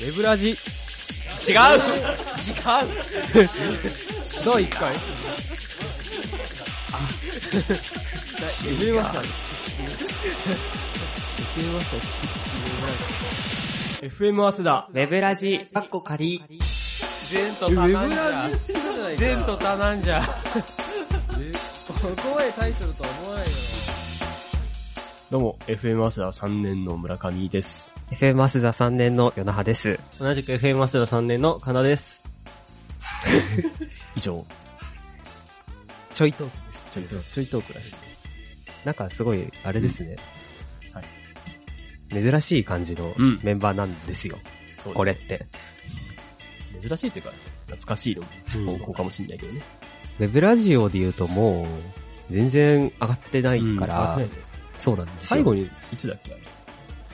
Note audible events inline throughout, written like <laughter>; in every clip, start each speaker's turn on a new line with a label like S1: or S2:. S1: ウェブラジ。違う
S2: 違う
S1: 第1回地球マスター、チキチキ。FM マスター、チキチキ。FM アスダ。
S2: ウェブラジ。
S3: かっこ仮。
S2: 全と
S1: ウェ
S2: た
S1: ブ
S2: なんじ
S1: ラ
S2: ゃ
S1: ジ。って言うじゃないか。
S2: 全とたなんじゃ。
S1: ここまでタイトルとは思わないよ。どうも、FM アスダ3年の村上です。
S2: FM マスダ3年のヨナハです。
S3: 同じく FM マスラ3年のかなです。
S1: 以上、
S2: ちょいと。
S1: ちょいトーク、ちょいトークらしい。
S2: なんかすごい、あれですね。
S1: うんはい
S2: 珍しい感じの
S1: うん
S2: メンバーなんですよ。
S1: そうです
S2: これって。
S1: 珍しいというか、懐かしいの方向かもしんないけどね。
S2: ウェブラジオで言うともう、全然上がってない
S1: うん
S2: か
S1: 変わっ
S2: ら
S1: てない、ね
S2: そうなんですよ。
S1: 最後に、いつだっけあれ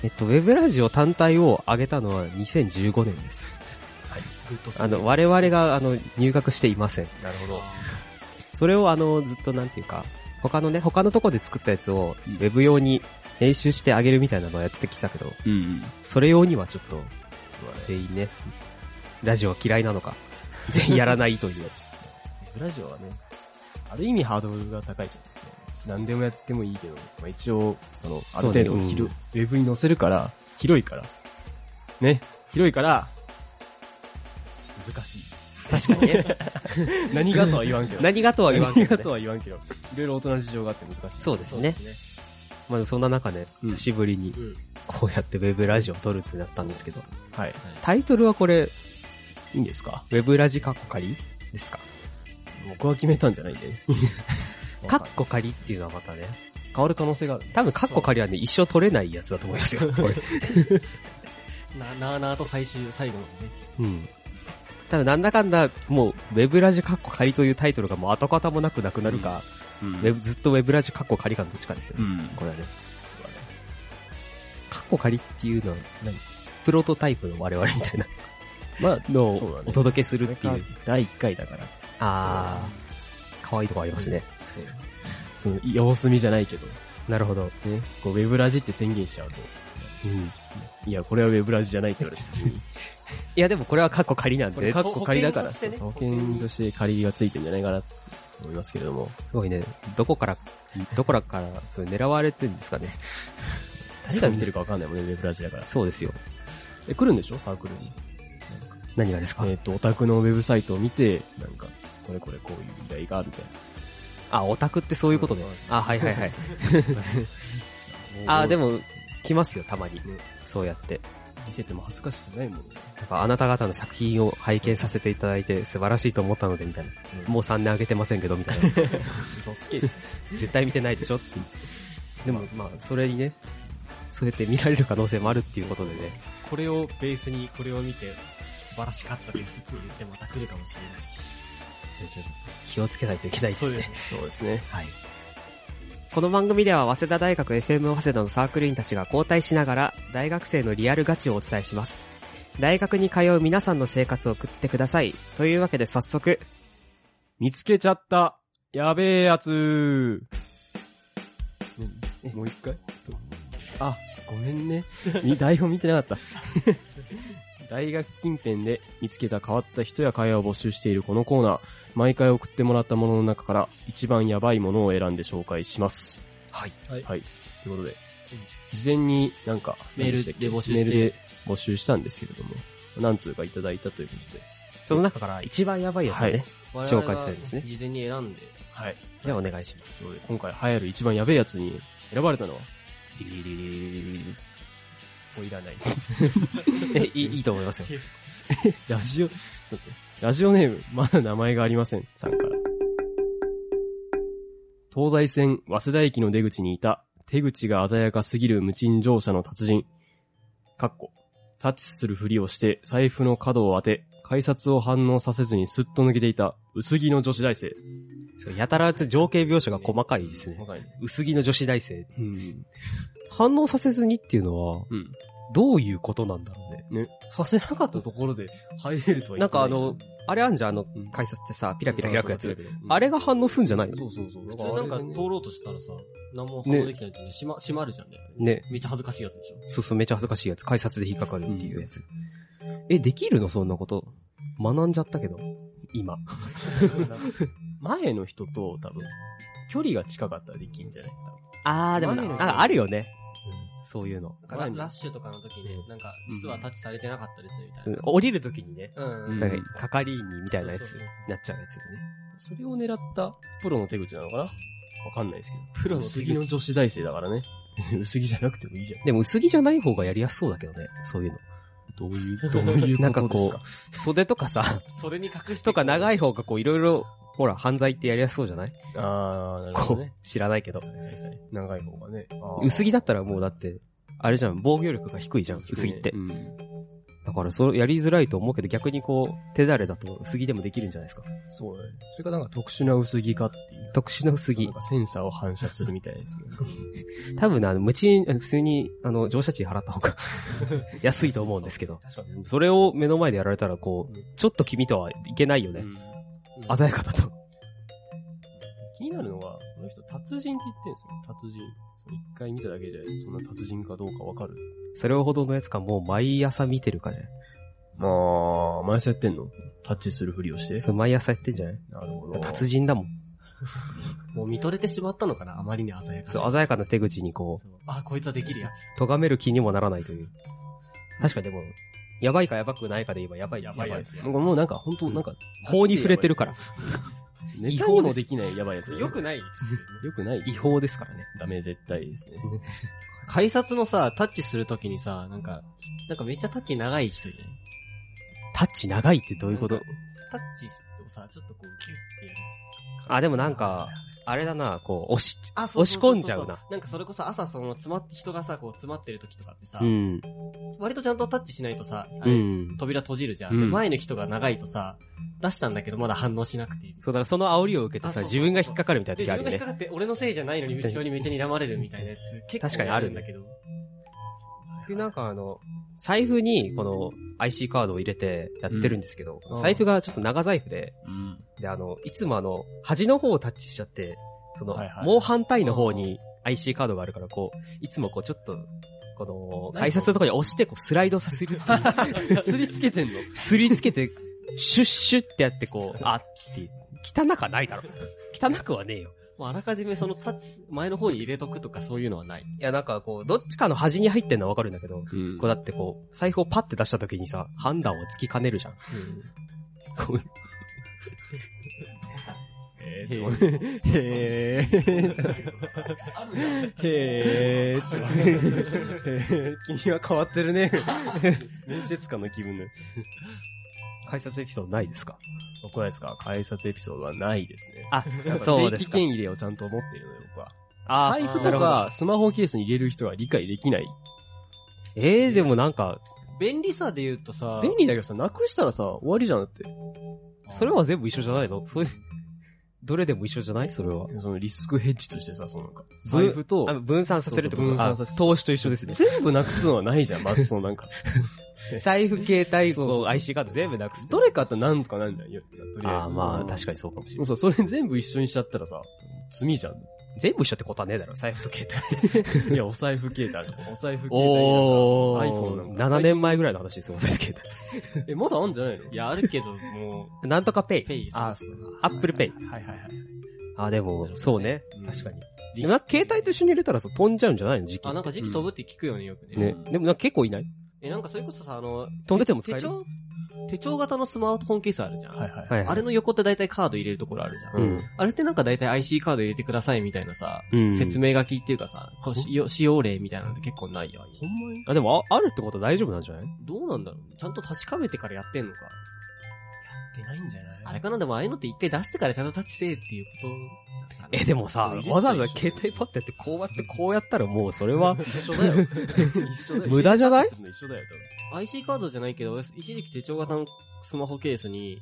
S2: えっと、ウェブラジオ単体を上げたのは2015年です。
S1: はい。グッド
S2: あの、我々が、あの、入学していません。
S1: なるほど。
S2: それを、あの、ずっとなんていうか、他のね、他のとこで作ったやつを、ウェブ用に編集してあげるみたいなのをやってきたけど、
S1: うんうん。
S2: それ用にはちょっと、全員ね、ラジオは嫌い
S1: <laughs>
S2: なのか、全員やらないという。
S1: ブラジオはね、ある意味ハードルが高いじゃないですか。何でもやってもいいけど、まあ、一応、その、ある程度、
S2: そうねうん
S1: 広ウェブに載せるから、広いから。ね、広いから、難
S2: <laughs>
S1: しい。
S2: 確かにね。
S1: 何がとは言わんけど。
S2: 何がとは言わんけ
S1: 何が
S2: ど、ね
S1: と。は言わんけど。いろいろ大人の事情があって難しい。
S2: そうですねまあ、そんな中ね、
S1: うん
S2: 久しぶりに
S3: うん、
S2: こうやってウェブラジオを撮るってなったんですけど、
S1: はい。
S2: タイトルはこれ、
S1: いいんですか
S2: ウェブラジカッコ仮ですか
S1: 僕は決めたんじゃないん
S2: <laughs>
S1: で。
S2: カッコ仮っていうのはまたね、
S1: 変わる可能性がある。
S2: 多分カッコ仮はね、一生取れないやつだと思いますよ。
S1: <laughs>
S2: これ <laughs>
S3: な、なーなーと最終、最後のね。
S2: うん。多分なんだかんだ、もう、ウェブラジカッコ仮というタイトルがもう跡形もなくなくなるか、
S1: うん。
S2: ウェブずっとウェブラジカッコ仮かのどっちかですよ
S1: う。ん。
S2: これはね。
S1: そうだね
S2: カッコ仮っていうのは、何プロトタイプの我々みたいな
S1: まあ、
S2: の
S1: <laughs> そうだ
S2: を
S1: ね
S2: お届けするっていう。
S1: 第1回だから。
S2: あー、可愛いとこありますね。
S1: そう。その、様子見じゃないけど。
S2: なるほど。
S1: ね、こうウェブラジって宣言しちゃうと、
S2: うん。
S1: いや、これはウェブラジじゃないって言われてたのに、
S2: いやでも <laughs> これはカッコ仮なん
S1: これ
S2: で
S1: カ、ッコ仮だから、
S3: 保険としてね
S1: そう保険として借りがついてるんじゃないかなと思いますけれども、
S2: すごいね、どこから、どこらから、それ狙われてるんですかね。
S1: 誰が見てるかわかんないもんね、ウェブラジだから。
S2: そうですよ。
S1: え、来るんでしょサークルに。
S2: 何がですか
S1: えっと、オタクのウェブサイトを見て、なんか、これこれこういう依頼があるみたい
S2: あ、オタクってそういうことね
S1: うん。
S2: あ、はいはいはい。
S1: な。
S2: あ、で
S1: も
S2: も、来ますよ、たまに
S1: ね。
S2: そうやって。
S1: う、見せても恥ずかしくないもんね。
S2: なんかあなた方の作品を拝見させていただいて素晴らしいと思ったので、みたいな。もう3年あげてませんけど、みたいな。
S1: <laughs> 嘘つけ。
S2: 絶対見てないでしょって。でも、まあ、それにね、そうやって見られる可能性もあるっていうことでね。
S3: これをベースに、これを見て、素晴らしかったですって言ってまた来るかもしれないし。
S2: 気をつけないといけないですね。
S3: ね。
S1: そうですね。
S3: はい。
S2: この番組では早稲田大学 FM 早稲田のサークル員たちが交代しながら大学生のリアルガチをお伝えします。大学に通う皆さんの生活を送ってください。というわけで早速、
S1: 見つけちゃった、やべえやつもう一回あ、ごめんね。み <laughs> 台本見てなかった。 <laughs> 大学近辺で見つけた変わった人や会話を募集しているこのコーナー。毎回送ってもらったものの中から一番やばいものを選んで紹介します。
S2: はい。
S3: はい
S1: はい。ということで、事前になんか、
S3: メールで募集し
S1: メー
S3: て
S1: ルで募集したんですけれども、何通かいただいたということで。
S2: その中から一番やばいやつをね、
S1: はい
S2: 紹介したいですね
S3: 事前に選んで、
S1: はい。
S2: じゃあお願いしま
S1: と
S2: す。
S1: いうことで今回流行る一番やべえやつに選ばれたのは、ディリリリリリリリもういら <laughs> ない。
S2: え、いいいいと思いますよ。
S1: ラジオ、ちょっとラジオネーム、まだ名前がありません、さんから。東西線、早稲田駅の出口にいた、手口が鮮やかすぎる無賃乗車の達人。かっこ。タッチするふりをして、財布の角を当て、改札を反応させずにスッと抜けていた、薄着の女子大生。
S2: そう <laughs> やたらちょっと情景描写が細かいですね。
S1: 若いね。
S2: 薄着の女子大生。
S1: うん。
S2: 反応させずにっていうのは、
S1: うん。
S2: どういうことなんだろうね。
S1: ね。させなかったところで入れるとは言ってい
S2: なんかあの、、あれあんじゃん、あの
S1: うん、
S2: 改札ってさ、ピラピラ開くやつ。
S1: うん
S2: あれが反応すんじゃない
S1: そ
S2: の
S1: うそうそう。
S3: 普通なんか通ろうとしたらさ、何も反応できないとね、閉ま、閉まるじゃんね。
S2: ね。
S3: めっちゃ恥ずかしいやつでしょ。
S2: そうそう、めっちゃ恥ずかしいやつ。改札で引っかかるっていうやつ。え、できるのそんなこと。学んじゃったけど。今。
S1: 前の人と多分、距離が近かったらできんじゃない
S2: あー、でもな、
S1: 前の
S2: なん
S1: 人
S2: かあるよね。そういうの。
S1: 前
S3: ラ
S1: に
S3: ラッシュとかの時ね、なんか、実はタッチされてなかったですみた
S2: そ
S3: い
S2: の降りるときにね、
S3: な。うんうん。
S2: なんか、係員にみたいなやつ
S3: そうそうそうそう
S2: になっちゃうやつよね。
S1: それを狙ったプロの手口なのかなわかんないですけど。プ
S3: ロの手口
S1: 薄着の女子大生だからね。薄着じゃなくてもいいじゃん。
S2: でも薄着じゃない方がやりやすそうだけどね、そういうの。
S1: どういう、どういうことですか
S2: なんかこ袖と
S1: <laughs>
S2: かさ、
S3: 袖に隠して。
S2: とか長い
S3: 方。
S2: 方がこういろいろ、ほら、犯罪ってやりやすそうじゃない
S1: あー、なるほ
S2: こ
S1: どね。
S2: う、知らないけど。
S1: はいはい長い方がね。あー
S2: 薄着だったらもうだって、あれじゃん、防御力が低いじゃん、薄着って
S1: う。ん
S2: だから、そう、やりづらいと思うけど、逆にこう、手だれだと薄着でもできるんじゃないですか。
S1: そうだね。それかなんか特殊な薄着かっていう。
S2: 特殊な薄
S1: 次
S2: 着
S1: なん。かセンサーを反射するみたいなやつね。
S2: 多分ね、あの、無賃、普通に、あの、乗車賃払っ
S1: <laughs>
S2: た方が、安いと思うんですけど。
S3: 確かに。
S2: それを目の前でやられたら、こ
S1: う
S2: う、ちょっと君とはいけないよね。
S1: あ
S2: 鮮やかだと。
S1: 気になるのは、この人、達人って言ってんですよ。達人。その一回見ただけじゃ、そんな達人かどうかわかる。
S2: それほどのやつか、もう毎朝見てるかね。
S1: まあ、毎朝やってんのタッチするふりをして
S2: そう、毎朝やってんじゃない
S1: なるほど。
S2: 達人だもん。
S3: もう見とれてしまったのかなあまりに鮮やかさ
S2: そう、鮮やかな手口にこう、
S3: そうあ、こいつはできるやつ。
S2: 咎める気にもならないという。確かにでも、やばいかやばくないかで言えばやばいです
S3: やばい
S1: や
S3: や
S1: つ
S3: つ
S1: なんかもうなんか、本当なんか、
S2: 法に触れてるから。
S1: ネタにもできないやばいやつだね。
S3: よくない
S1: よくない。
S2: 違法ですからね。
S1: ダメ絶対ですね。
S3: 改札のさ、タッチするときにさ、なんか、なんかめっちゃタッチ長い人いない
S2: タッチ長いってどういうこ
S3: な
S2: と
S3: んかタッチをさ、ちょっとこうギュッてやる。
S2: あ、でもなんか、あれだな、こう、押し、
S3: あ、
S2: 押し込んじゃうな。
S3: なんかそれこそ朝その詰まって、人がさ、こう詰まってる時とかってさ、
S2: うん、
S3: 割とちゃんとタッチしないとさ、あ
S2: う
S3: れ、
S2: ん。
S3: 扉閉じるじゃん、
S1: う
S3: で
S1: ん
S3: 前の人が長いとさ、出したんだけどまだ反応しなくて。
S2: そう、だからその煽りを受けてさ、
S3: あそうそうそ
S2: 自
S3: う
S2: 分が引っかかるみたい
S3: で、
S2: な時
S3: 自
S2: ある
S3: 分が
S2: よ
S3: 引
S2: ね
S3: っか。かって、俺のせいじゃないのに後ろにめっちゃ睨まれるみたいなやつ、結構
S2: 確かにある
S3: んだけど。
S2: で、なんかあの、財布に、この、IC カードを入れてやってるんですけど、
S3: うん
S2: 財布がちょっと長財布で、
S1: うん。
S2: で、あの、いつもあの、端の方をタッチしちゃって、その、
S1: はいはい
S2: もう反対の方に IC カードがあるから、こう、いつもこう、ちょっと、この、改札のところに押して、こう、スライドさせるっ
S1: <laughs>
S2: ていう。
S1: すりつけてんの
S2: すりつけて、シュッシュってやって、こう、あっていう、汚くはないだろ。汚くはねえよ。
S3: もうあらかじめそのタッチ、前の方に入れとくとかそういうのはない。
S2: いや、なんかこう、どっちかの端に入ってんのはわかるんだけど、
S1: うん
S2: こうだってこう、財布をパッて出した時にさ、判断をつきかねるじゃん。こう
S1: え
S3: へ
S1: ーっと
S2: <laughs>
S1: へー。 <laughs> へー。へー。君は変わってるね。 <laughs> 面接官の気分だよ。
S2: 改札エピソードないですか
S1: 僕はですか、改札エピソードはないですね。
S2: あ、そうです
S1: 定期
S2: か。
S1: 券入れをちゃんと持っているのよ、僕は。
S2: あ
S1: 財布
S2: な
S1: と
S2: るほど
S1: か、スマホケースに入れる人は理解できない。
S2: えー、でもなんか、
S3: 便利さで言うとさ、
S1: 便利だけどさ、なくしたらさ、終わりじゃんだって。
S2: それは全部一緒じゃないのそういう、どれでも一緒じゃないそれは。
S1: そのリスクヘッジとしてさ、そのなんか、財布と、
S2: 分散させるってこと
S1: そうそう分散させ
S2: あ
S1: る
S2: 投資と一緒ですね。
S1: 全部なくすのはないじゃん、まずそのなんか。
S2: 財布、携帯、
S1: そうそう
S2: こう IC カード全部なくす。
S1: どれかあったらなんとかなんじゃん、よとりあえず。
S2: ああ、まあ、確
S1: か
S2: かにそうかもしれ
S1: も
S2: な
S1: う
S2: い。
S1: さ、それ全部一緒にしちゃったらさ、罪じゃん。
S2: 全部一緒ってことはねえだろ、財布と携帯。
S1: いや、お財布携帯とか、お財布携帯
S2: <laughs> お
S1: ー
S2: ー、7年前ぐらいの話ですよ、財布携
S1: なんか。え、まだあんじゃないの
S3: い、や、あるけど、も
S2: 帯。なんとかペ
S3: う、ペ
S2: イ。
S3: イ
S1: あ
S3: さ
S1: ー、、そう。
S2: アップルペイ。
S1: はいはいはい。
S2: あ、でも、そうね
S1: う。ん
S2: 確かに。でもなんか携帯と一緒に入れたらそう飛んじゃうんじゃないの時期
S3: あ、。なんか時期飛ぶって聞くよね、よくね。
S2: ね。でもなんか結構いない
S3: え、なんかそれこそさ、あの、
S2: 飛んでても使え
S3: 手
S2: る。
S3: 帳手帳型のスマートフォンケースあるじゃん。
S1: はいはい。
S2: はいはい
S3: あれの横って大体カード入れるところあるじゃん。
S2: うん
S3: あれってなんか大体 IC カード入れてくださいみたいなさ、
S2: うん
S3: 説明書きっていうかさ、こう使用使用例みたいなのって結構ないやん。
S1: ほんまに
S2: あ、でも、ああるってことは大丈夫なんじゃない
S3: どうなんだろうちゃんと確かめてからやってんのか。
S1: 出ないんじゃない
S3: あれかなでもああいうのって一回出してからちゃんとタッチせえっていうことかな。
S2: え、でもさ、
S1: うん
S2: わざわざ携帯パッてやって、こうやってこうやったらもうそれは、
S1: 一緒だよ。一緒だよ。
S2: 無駄じゃない
S1: 一緒だよ、
S3: IC カードじゃないけど、俺一時期手帳型のスマホケースに、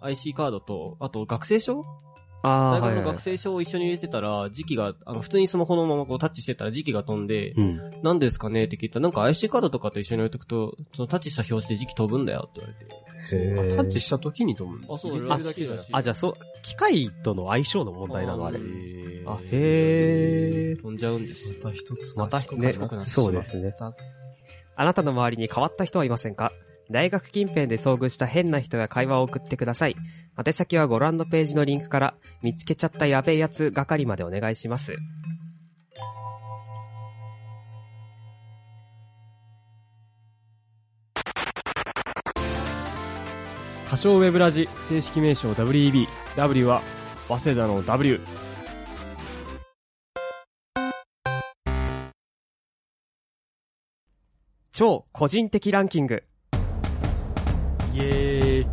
S3: IC カードと、あと学生証
S2: <laughs> あ
S3: 大学の学生証を一緒に入れてたら、時期が、あの、普通にスマホのままこうタッチしてたら時期が飛んで、
S2: うん。
S3: 何ですかねって聞いたら、なんか IC カードとかと一緒に置いとくと、そのタッチした表紙で時期飛ぶんだよって言われて。
S1: 多分。あタッチした時に飛ぶんだ。
S3: あそう
S1: 入れてるだけじゃなくて
S2: あ、じゃあそう、機械との相性の問題なの、あれ
S3: う。ん
S2: あ、へー。
S3: 飛んじゃうんですよ。
S1: また一つ。
S3: また
S1: 賢く
S3: 賢くなってしまう
S2: そうですね。あなたの周りに変わった人はいませんか大学近辺で遭遇した変な人や会話を送ってください。宛先はご覧のページのリンクから、見つけちゃったやべえやつ係までお願いします。
S1: 多少ウェブラジ正式名称 WEB。W は、早稲田の W。
S2: 超個人的ランキング。
S1: イエーイ。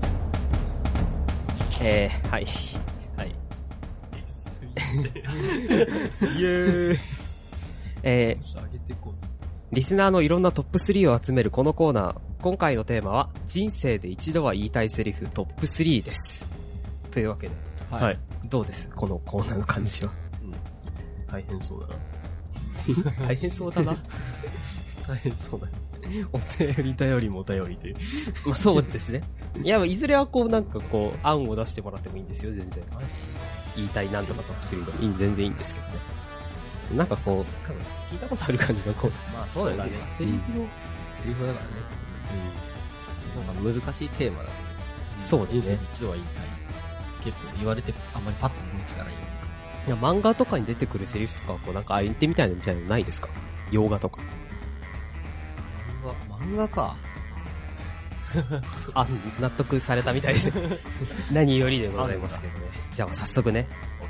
S2: えー、はい。
S1: はい。イエーイ。
S2: えー、
S3: 上げてこうぜ。
S2: リスナーのいろんなトップ3を集めるこのコーナー。今回のテーマは、人生で一度は言いたいセリフトップ3です。というわけで、
S1: は
S3: はいい。
S2: どうですこのコーナーの感じは。
S1: 大変そうだな。
S2: 大変そうだな。
S1: 大変そうだ。お便り頼りもお便りで。
S2: <laughs> まあそうですね。いや、いずれはこうなんかこう、案を出してもらってもいいんですよ、全然。言いたいなんとかトップ3でもいい、全然いいんですけどね。なんかこう、多分聞いたことある感じのこう、
S3: まあ
S1: そうだね
S3: セリフの、セリフだからね。なんか難しいテーマだね。
S2: そうですね
S3: 人生に一度は言いたい。結構言われて、あんまりパッと思いつかないような感じ。
S2: いや、漫画とかに出てくるセリフとかはこうなんかあ言ってみたいなみたいなのないですか洋画とか。
S3: 漫画、漫画か。
S2: あ、納得されたみた
S1: <laughs>
S2: いで。何よりでございますけどね。じゃあ早速ね、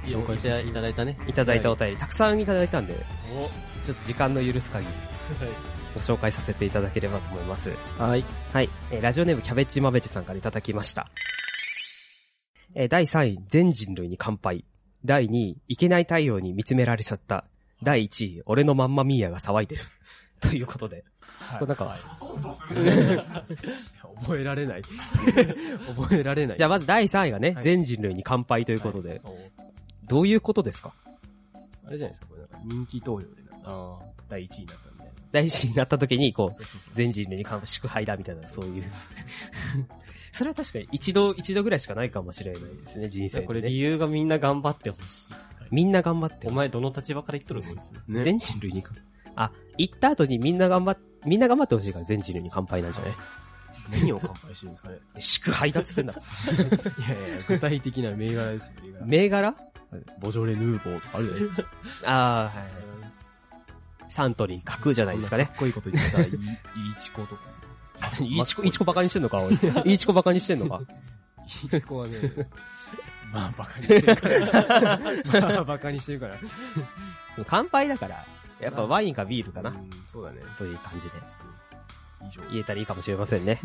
S3: 了解していただいたね。
S2: いただいたお
S3: はい
S2: 便り、たくさんいただいたんで、ちょっと時間の許す限り
S3: お
S2: ご紹介させていただければと思います。
S3: はい。
S2: はい。えーラジオネームキャベッジマベチさんからいただきました。えー第3位、全人類に乾杯。第2位、いけない太陽に見つめられちゃった。第1位、俺のまんまミーヤが騒いでる。ということ
S1: はい
S2: で。これなんか、
S1: <laughs> 覚えられない。 <laughs> 覚えられない。
S2: じゃあまず第3位がね、
S1: はい
S2: 全人類に乾杯ということで、
S1: お
S2: どういうことですか
S1: あれじゃないですか、これなんか人気投票でなんか、第1位になったみたいな。
S2: 第1位になった時に、こう、
S1: そうそうそう。
S2: 全人類に乾杯、祝杯だみたいな、そう <laughs> いう。それは確かに一度、一度ぐらいしかないかもしれないですね、人生で、ね。
S3: これ理由がみんな頑張ってほしい。
S2: みんな頑張って
S3: お。前どの立場から言っとるのこい <laughs> つ。
S1: ね
S2: 全人類に乾杯。あ、行った後にみんな頑張っ、みんな頑張ってほしいから全人類に乾杯なんじゃない
S1: 何を乾杯してるんですかね
S2: 祝杯だっつってんだ。
S1: いやいや、具体的な銘柄ですよ、銘柄。
S2: <laughs> 銘柄
S1: ボジョレ・ヌーボーとかあるじゃないですか。
S2: ああ、はい。サントリー架空じゃないですかね
S1: こん。っこいいこと言ってたら、イイチコとか。
S2: <laughs> いちこ、いちこバカにしてんのか、 <laughs> おい。いちこバカにしてんのか。
S1: イチコはね、 <laughs> まあ、バカにしてるから。まあ、バカにしてるから。
S2: 乾杯だから、やっぱワインかビールかな。
S1: <laughs> うん。そうだね。
S2: という感じで、
S1: 以上。
S2: 言えたらいいかもしれません <laughs> ね。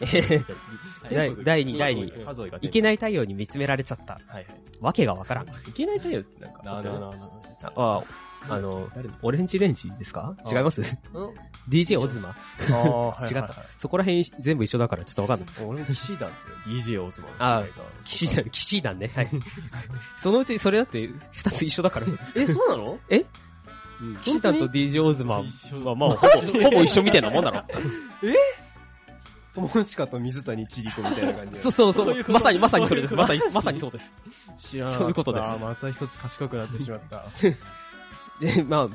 S1: じゃあ
S2: 第
S1: 次。
S2: 第二第二
S1: 数えが
S2: いけ
S1: い。
S2: ない太陽に見つめられちゃった。
S1: はいはい。
S2: わけがわからん。あ
S1: いけない太陽ってなんか、
S3: なあなあなあな
S2: あ、あの、
S1: 誰だ
S2: オレンジレンジですか
S3: あ
S2: 違います <laughs> ?DJ オズマ。
S1: ああ、 <laughs> は
S2: 違った。そこら辺全部一緒だからちょっとわかんない。
S1: 俺も騎士団っていう DJ オズマの
S2: あ
S1: 違いが。
S2: 騎士団、騎士団ね。はい。 <laughs> そのうちそれだって二つ一緒だ <laughs> から。
S1: え、そうなの
S2: え
S1: うん
S2: 騎士団と DJ オズマ
S3: 一緒
S1: <laughs>
S2: はまあほぼ、ほぼ一緒みたいなもんだろ。
S1: 友近と水谷千里子みたいな感じ。
S2: <laughs> そうそうそ
S3: そういう
S2: う。
S3: こと
S2: まさにまさにそれです。
S3: そう
S2: まさに、まさにそうです。
S1: 知 <laughs> らなかった
S2: そういうことです
S1: また一つ賢くなってしまった。
S2: で、まあ、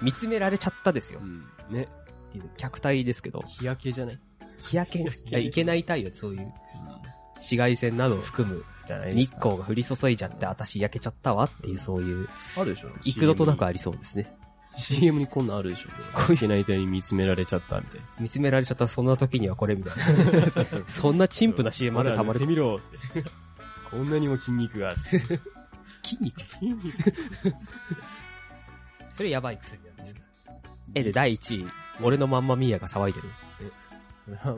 S2: 見つめられちゃったですよ
S1: う。ん。ね。
S2: っていう客体ですけど、
S1: 日焼けじゃない
S2: 日焼け、いやいけない太陽、そういう紫外線などを含む
S1: じゃないで
S2: 日
S1: すか。
S2: 光が降り注いじゃって、私焼けちゃったわっていう、そういう、
S1: あるでしょ
S2: 幾度となく
S1: あ
S2: ありそうですね。
S1: CM にこんなんあるでしょこういけない体に見つめられちゃったみたいな。
S2: 見つめられちゃったそんな時にはこれみたいな。そんな陳腐な CM までたま
S1: ほら
S2: る
S1: 見てみろつってこんなにも筋肉が。
S2: <laughs>
S1: <laughs>
S2: 筋肉それやばい薬なんですけど。え、で、第1位。俺のマンマミーヤが騒いでる。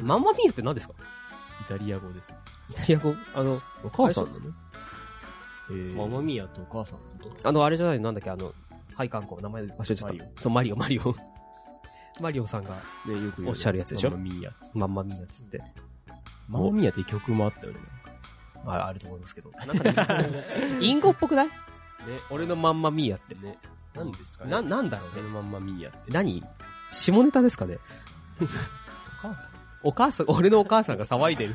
S2: マンマミーヤって何ですか
S1: イタリア語です。
S2: イタリア語あの、
S1: お
S2: 母さん
S1: なのえー
S3: ママミヤとお母さんのこと
S2: あの、あれじゃないのなんだっけあの、配管工、名前忘れちゃった。
S1: マリ
S2: そう、マリオ、マリオ。マリオさんが、
S1: ね、よく言うね
S2: おっしゃるやつでしょ
S1: ママミーヤ。
S2: マンマミーヤっつって。
S1: ママミーヤって曲もあったよね。
S2: ああると思いますけど。なんか、インゴっぽくない
S1: ね、
S2: 俺のマンマミーヤって。
S1: ね。なんですかね。
S2: な、なんだろう
S1: 俺
S2: ね。
S1: のマンマミーヤって。
S2: 何下ネタですかね
S1: お母さん
S2: お母さん、俺のお母さんが騒いでる。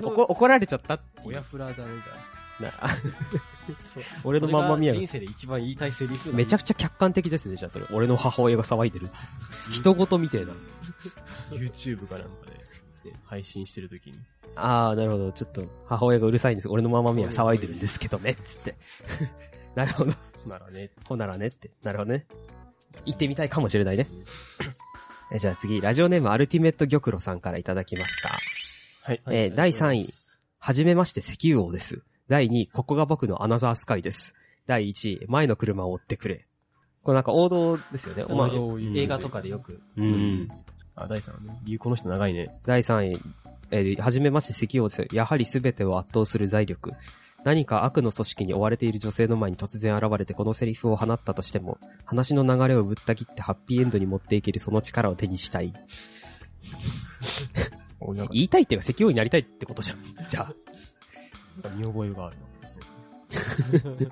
S2: 怒怒られちゃったっていう
S1: 親フラだね、じゃあ。
S2: なら。
S1: 俺のまんま見や
S3: そ
S1: が
S3: れが人生で一番言いたいセリフ
S2: めちゃ
S3: く
S2: くちゃ客観的ですね、じゃあそれ。俺の母親が騒いでる。人事みてえな。
S1: YouTube かなんかで、ね、配信してるときに。
S2: あー、なるほど。ちょっと、母親がうるさいんです。俺のママミは騒いでるんですけどね、つって。なるほど。
S1: ならね、
S2: ほんならねって。なるほどね。行ってみたいかもしれないね。えじゃあ次、ラジオネームアルティメット玉露さんからいただきました。
S1: はい。
S2: えー第3位。はじめまして石油王です。第2位、ここが僕のアナザースカイです。第1位、前の車を追ってくれ。これなんか王道ですよね。まあ
S3: まあ映画とかでよく。
S2: うん。
S1: あ、第3ね。理由この人長いね。
S2: 第3位、えーはじめまして石油王です。やはり全てを圧倒する財力。何か悪の組織に追われている女性の前に突然現れてこのセリフを放ったとしても、話の流れをぶった切ってハッピーエンドに持っていけるその力を手
S1: <laughs>
S2: にしたい。
S1: 俺なんか、
S2: 言いたいっていうか石油王になりたいってことじゃん。じゃあ。
S1: 見覚えがあるな。そう。まあね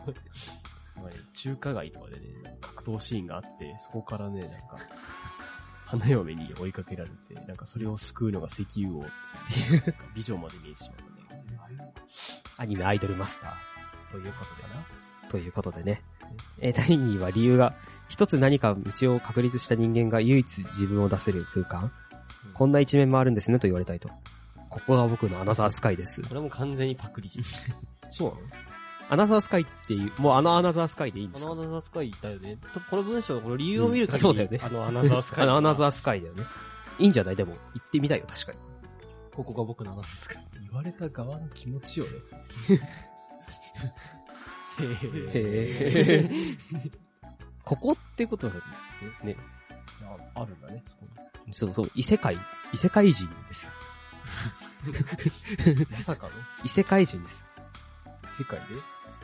S1: <laughs> 中華街とかでね、格闘シーンがあって、そこからね、なんか、花嫁に追いかけられて、なんかそれを救うのが石油王っていう、なん <laughs> か美女まで見えてしまうね。
S2: アニメアイドルマスター。
S1: ということかな。
S2: ということでね。えー、第2位は理由が、一つ何か道を確立した人間が唯一自分を出せる空間。こんな一面もあるんですねと言われたいと。ここが僕のアナザースカイです。
S3: これも完全にパクリじゃん。
S1: そうなの
S2: アナザースカイっていう、もうあのアナザースカイでいいんで
S3: あ
S2: すか
S3: のアナザースカイだよね。とこの文章、この理由を見る
S2: う
S3: 限り、
S2: んそうだよね
S3: あのアナザースカイ。
S2: あのアナザ
S3: ー。
S2: ースカイだよね。いいんじゃないでも、行ってみたいよ、確かに。
S3: ここが僕のアナザースカイ。
S1: 言われた側の気持ちよね。
S2: へここってことだよね。ね。
S1: あるんだね、そこに。
S2: そうそう、異世界、異世界人ですよ。
S1: まさかの
S2: 異世界人です。
S1: 世界で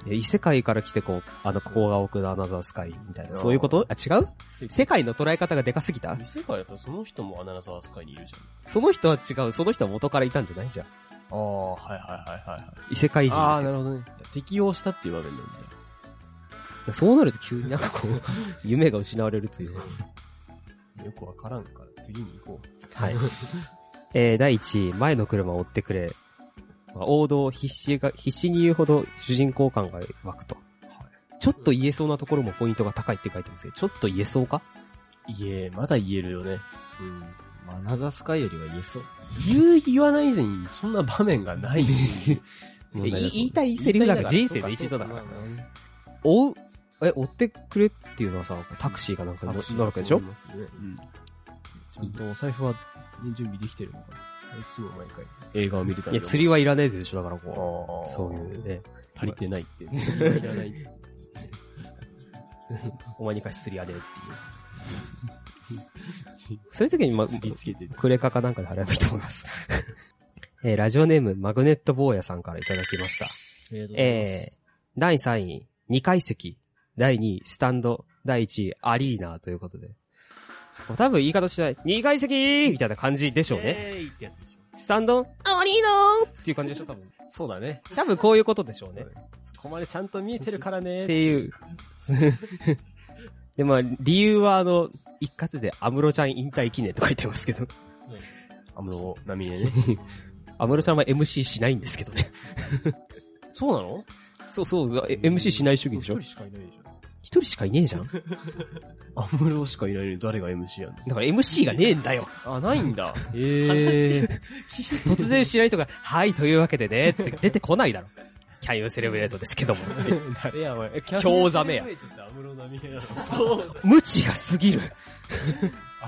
S2: え異世界から来てこう、あの、ここが奥のアナザースカイみたい
S1: あ
S2: な。
S1: ー
S2: そういうことあ、違う世界の捉え方がでかすぎた
S1: 異世界だとその人もアナザースカイにいるじゃん。
S2: その人は違う、その人は元からいたんじゃないじゃん。
S1: ああ、はいはいはいはい。
S2: 異世界人
S1: ああ、
S2: です
S1: なる
S2: よ
S1: ほどね。適応したっていう場面なんじゃん。
S2: いやそうなると急になんかこう、 <laughs> 夢が失われるという。
S1: よくわからんから、次に行こう。 <laughs>
S2: はい。えー、第1位、前の車を追ってくれ。まあ王道を必死が、必死に言うほど主人公感が湧くと。ちょっと言えそうなところもポイントが高いって書いてますけど、ちょっと言えそうか
S1: 言え、まだ言えるよね。
S3: うん。まあアナザースカイよりは言えそう。
S1: 言う、言わない以前に、そんな場面が <laughs> ないっていう問題だと思う。
S2: い言いたいセリフなんか人生で一度だから。追う、え、追ってくれっていうのはさ、タクシーかなんか乗乗るわけでしょ
S1: うん。ちゃんとお財布は、ね準備できてるのかな。いつも毎回。映画を見るた
S2: い
S1: び
S2: や、
S1: に
S2: 釣りはいらねえぜでしょ、だからこ
S1: あ
S2: う。
S1: あ。
S2: そういう。ね。
S1: 足りてないって。いらないって。
S2: お前に貸し釣りやでっていう。 <laughs> そういう時に、まあ、
S1: 釣りつけてる。
S2: クレカかなんかで払えばいいと思います。 <laughs> えーラジオネーム、マグネット坊やさんからいただきました。えー、第3位、2階席。第2位、スタンド。第1位、アリーナということで。もう多分言い方しない。2階席みたいな感じでしょうね。
S3: えーいってやつでし
S2: スタンド、アリーナっていう感じでしょ、多分。
S1: そうだね。
S2: 多分こういうことでしょうね。
S1: そこまでちゃんと見えてるからね
S2: っ。ていう。 <laughs> で、まあ、理由はあの、一括で安室ちゃん引退記念と書いてますけど、
S1: 安室奈美恵ね。
S2: 安室ちゃんは MC しないんですけどね。
S1: そうなの
S2: そうそう、え MC しない主義でし
S1: 一
S2: ょ
S1: 人しかいないでしょ。
S2: 一人しかいねえじゃん。だか
S1: 安室しかいないのに誰が MC やんの
S2: ら MC がねえんだよ。
S1: あ、ないんだ。
S2: ええ突然知らない人が、はい、というわけでね、って出てこないだろ。キャンユーセレブレートですけども。
S1: 誰や、お前。
S2: 京ザメや
S1: 安室奈美恵なの。そう。
S2: 無知が過ぎる。
S1: 安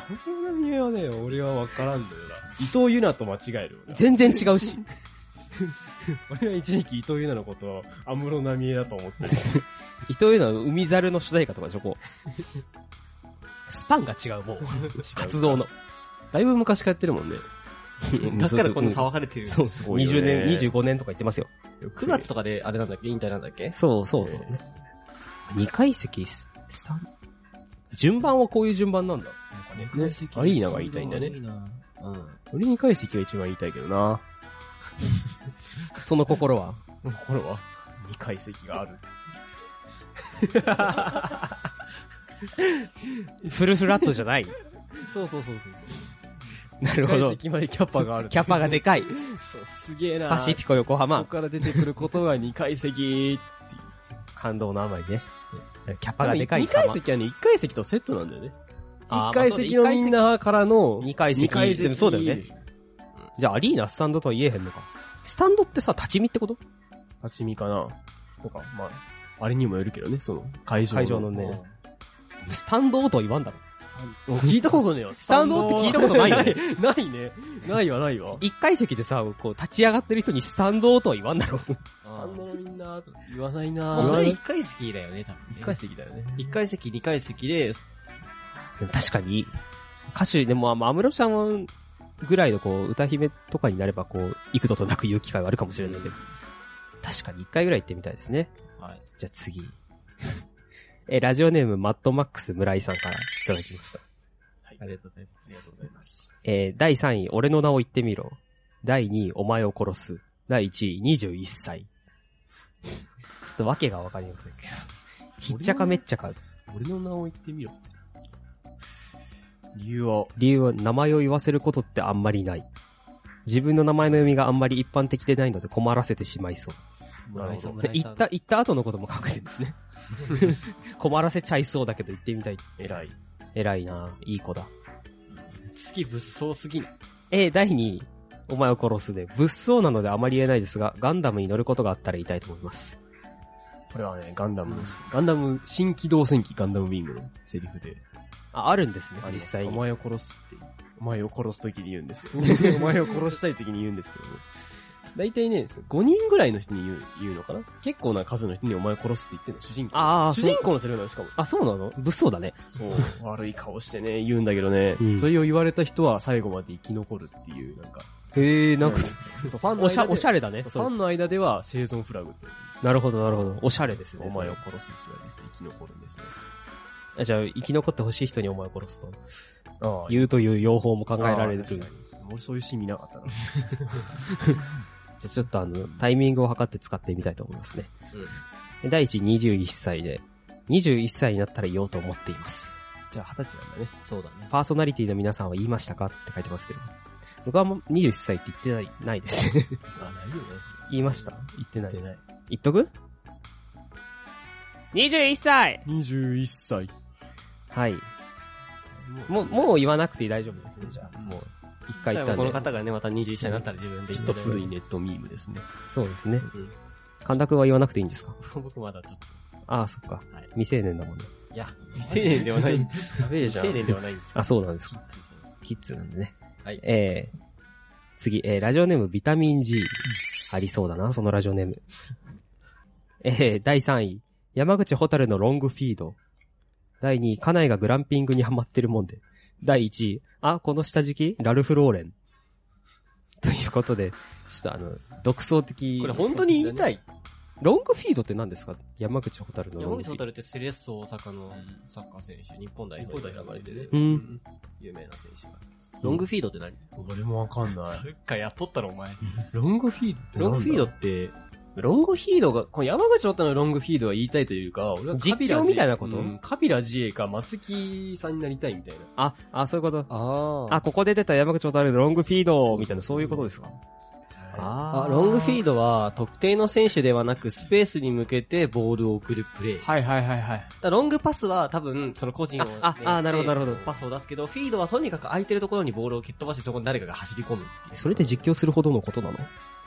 S1: 室奈美恵はね、俺はわからんだよな。伊藤優奈と間違えるよな。
S2: 全然違う
S1: <laughs>
S2: し。
S1: 俺は一時期伊藤優奈のことを安室奈美恵だと思ってた。
S2: 伊藤優の海猿の主題歌とかでしょ、こう。スパンが違う、もう。活動の。
S1: だいぶ昔からやってるもんね。
S3: だからこんな
S2: そう
S3: 騒がれてる。
S2: そう、
S1: すごいよね
S2: 20年、25年とか言ってますよ。
S3: 9月とかであれなんだっけ引退なんだっけ
S2: そうそうそう。二階席ス、スタン順番はこういう順番なんだ。
S1: ねアリーナが言いたいんだね。
S3: うん。
S1: 俺に返してが一番言いたいけどな。
S2: その心
S1: <laughs>
S2: は。
S1: これは二階席がある。
S2: フルフラットじゃない。
S1: そうそうそうそうそう。
S2: なるほど
S1: 解。析までキャパがある。
S2: キャパがでかい。
S1: そう、すげえな
S2: パシフィコ横
S1: ここ
S2: 浜。
S1: から出てくることが2階席。
S2: 感動のあまりね。キャパがでかい
S1: 2階席はね、1階席とセットなんだよね。
S2: あー
S1: 1階
S2: まあそう
S1: 席のみんなからの、
S2: 二階席。
S1: 二階席
S2: でもそうだよね。じゃあアリーナスタンドとは言えへんのか。スタンドってさ、立ち見ってこと
S1: 立ち見かな。とか、まあ、あれにもよるけどね、その、会場の。
S2: 会場のね。スタンドとは言わんだろ。
S1: うん。聞いたことねえわ。ス
S2: タンドって聞いたことないよね
S1: <laughs> ないないね。ないわ、ないわ。
S2: 一階席でさ、こう、立ち上がってる人にスタンドとは言わんだろ。
S1: スタンドのみんな、言わない
S3: ま
S1: な
S3: あ
S1: ぁ。
S3: それ1階席だよね、多分、ね。
S1: 1階席だよね。
S3: 一階席、2階席で、
S2: でも確かに、歌手、でも、まあ、安室ちゃんぐらいのこう、歌姫とかになればこう、幾度となく言う機会はあるかもしれないけど、確かに一回ぐらい行ってみたいですね。
S3: はい。
S2: じゃあ次。 <laughs> え、ラジオネーム、マッドマックス村井さんからいただきました。
S3: ありがとうございます。ありがとうございます。
S2: えー第3位、俺の名を言ってみろ。第2位、お前を殺す。第1位、21歳。 <laughs> ちょっと訳がわかりませんけど。ひっちゃかめっちゃか。
S1: 俺の名を言ってみろって。理由は、
S2: 理由は名前を言わせることってあんまりない。自分の名前の読みがあんまり一般的でないので困らせてしまいそう。
S1: なるほど。
S3: 村井
S2: 言
S3: さん
S2: った、言った後のことも書いてるんで
S1: <laughs>
S2: すね。困らせちゃいそうだけど言ってみたい。
S1: 偉い。
S2: 偉いなぁいい子だ。
S3: 次物騒すぎない。
S2: えー、第2位。お前を殺すで、物騒なのであまり言えないですが、ガンダムに乗ることがあったら言いたいと思います。
S1: これはね、ガンダムです。ガンダム、新機動戦機ガンダムウィングのセリフで。
S2: あ、あるんですね、実際
S1: お
S2: に。
S1: 前を殺すって、お前を殺すときに言うんですよ。 <laughs> お前を殺したいときに言うんですけども。大体ね、5人ぐらいの人に言う言うのかな結構な数の人にお前を殺すって言ってるの、主人公。
S2: あー
S1: 主人公のセリフなの、しかも。
S2: あ、そうなの物騒だね。
S1: そう、悪い顔してね、言うんだけどね、
S2: うん
S1: それを言われた人は最後まで生き残るっていう、なんか。
S2: へえ、
S1: な
S2: な
S1: ん
S2: か、
S1: そう、ファンの
S2: おし
S1: 間
S2: ゃ、
S1: で
S2: おしゃれだね。
S1: そう
S2: そ
S1: ファ
S2: う
S1: ンの間では生存フラグという。
S2: なるほど、なるほど。おしゃれですね。
S1: お前を殺すって言われる人生き残るんですね。
S2: あじゃあ、生き残ってほしい人にお前を殺すと。
S1: あ
S2: 言うという用法も考えられる。じ
S1: 確かに俺そういうシーン見なかったな。
S2: ゃあ、ちょっとあの、タイミングを測って使ってみたいと思いますね。
S3: うん。
S2: 第一、21歳で、21歳になったら言おうと思っています。
S1: じゃあ二十歳なんだね。
S3: そうだね。
S2: パーソナリティの皆さんは言いましたかって書いてますけど。僕はもう21歳って言ってない、ないです。
S3: あ、ないよね。
S2: 言いました言ってない。
S1: 出ない。
S2: 言っとく ?21 歳
S1: 21歳。
S2: はい。もう、もう言わなくて大丈夫ですね、じゃあ。もう、一回
S3: じ
S2: 言っ
S3: ゃあ
S2: たんで。
S3: この方がね、また21歳になったら自分で
S1: き
S3: 言
S1: っ
S3: っ
S1: と
S3: て
S1: 古いネットミームですね。
S2: そうですね。
S3: うん。
S2: 神田くんは言わなくていいんですか
S3: 僕まだちょっ
S2: ああ、そっか。
S3: と。はい。
S2: 未成年だもんね。
S3: いや、未成年ではな
S1: <laughs>
S3: い。
S1: やべえ
S3: 未成年ではないんですよ
S2: あ、そうなんですか。
S3: そうそう
S2: キッズなんでね。
S3: はい
S2: えー、次、えー、ラジオネームビタミン G。ありそうだな、そのラジオネーム。えー、第3位。山口ホタルのロングフィード。第2位、家内がグランピングにハマってるもんで。第1位、あ、この下敷きラルフ・ローレン。ということで、ちょっとあの、独創的。
S3: これ本当に言いたい
S2: ロングフィードって何ですか山口ホタルのロン
S3: 山
S2: グ
S3: 口
S2: フィー
S3: 蛍
S2: ド。
S3: ってセレッソ大阪のサッカー選手、日本代表。
S1: 日本代表に選ばれて
S2: ねうん
S3: 有名な選手が。ロングフィードって何
S1: 俺もわかんな
S3: サ
S1: い。
S3: ッカーやっとったろ、お前。
S1: ロングフィードって
S3: ロングフィード
S1: ド
S3: って、
S1: ロングフィードが、この山口太のロングフィードは言いたいというか、俺はカビラ
S2: 実況みたいなこと
S1: うんカビラ自衛か松木さんになりたいみたいな。
S2: あ、あ、そういうこと。
S3: あ
S2: あ、ここで出た山口ホタルのロングフィード、みたいな、そういうことですかあ
S3: あ、ロングフィー
S2: ド。
S3: ドは特定の選手ではなくスペースに向けてボールを送るプレー。
S1: はいはいはいはい。
S3: だからロングパスは多分その個人を、ね
S2: あああなるほどなるほど
S3: パスを出すけど、フィードはとにかく空いてるところにボールを蹴っ飛ばしてそこに誰かが走り込む。
S2: それって実況するほどのことなの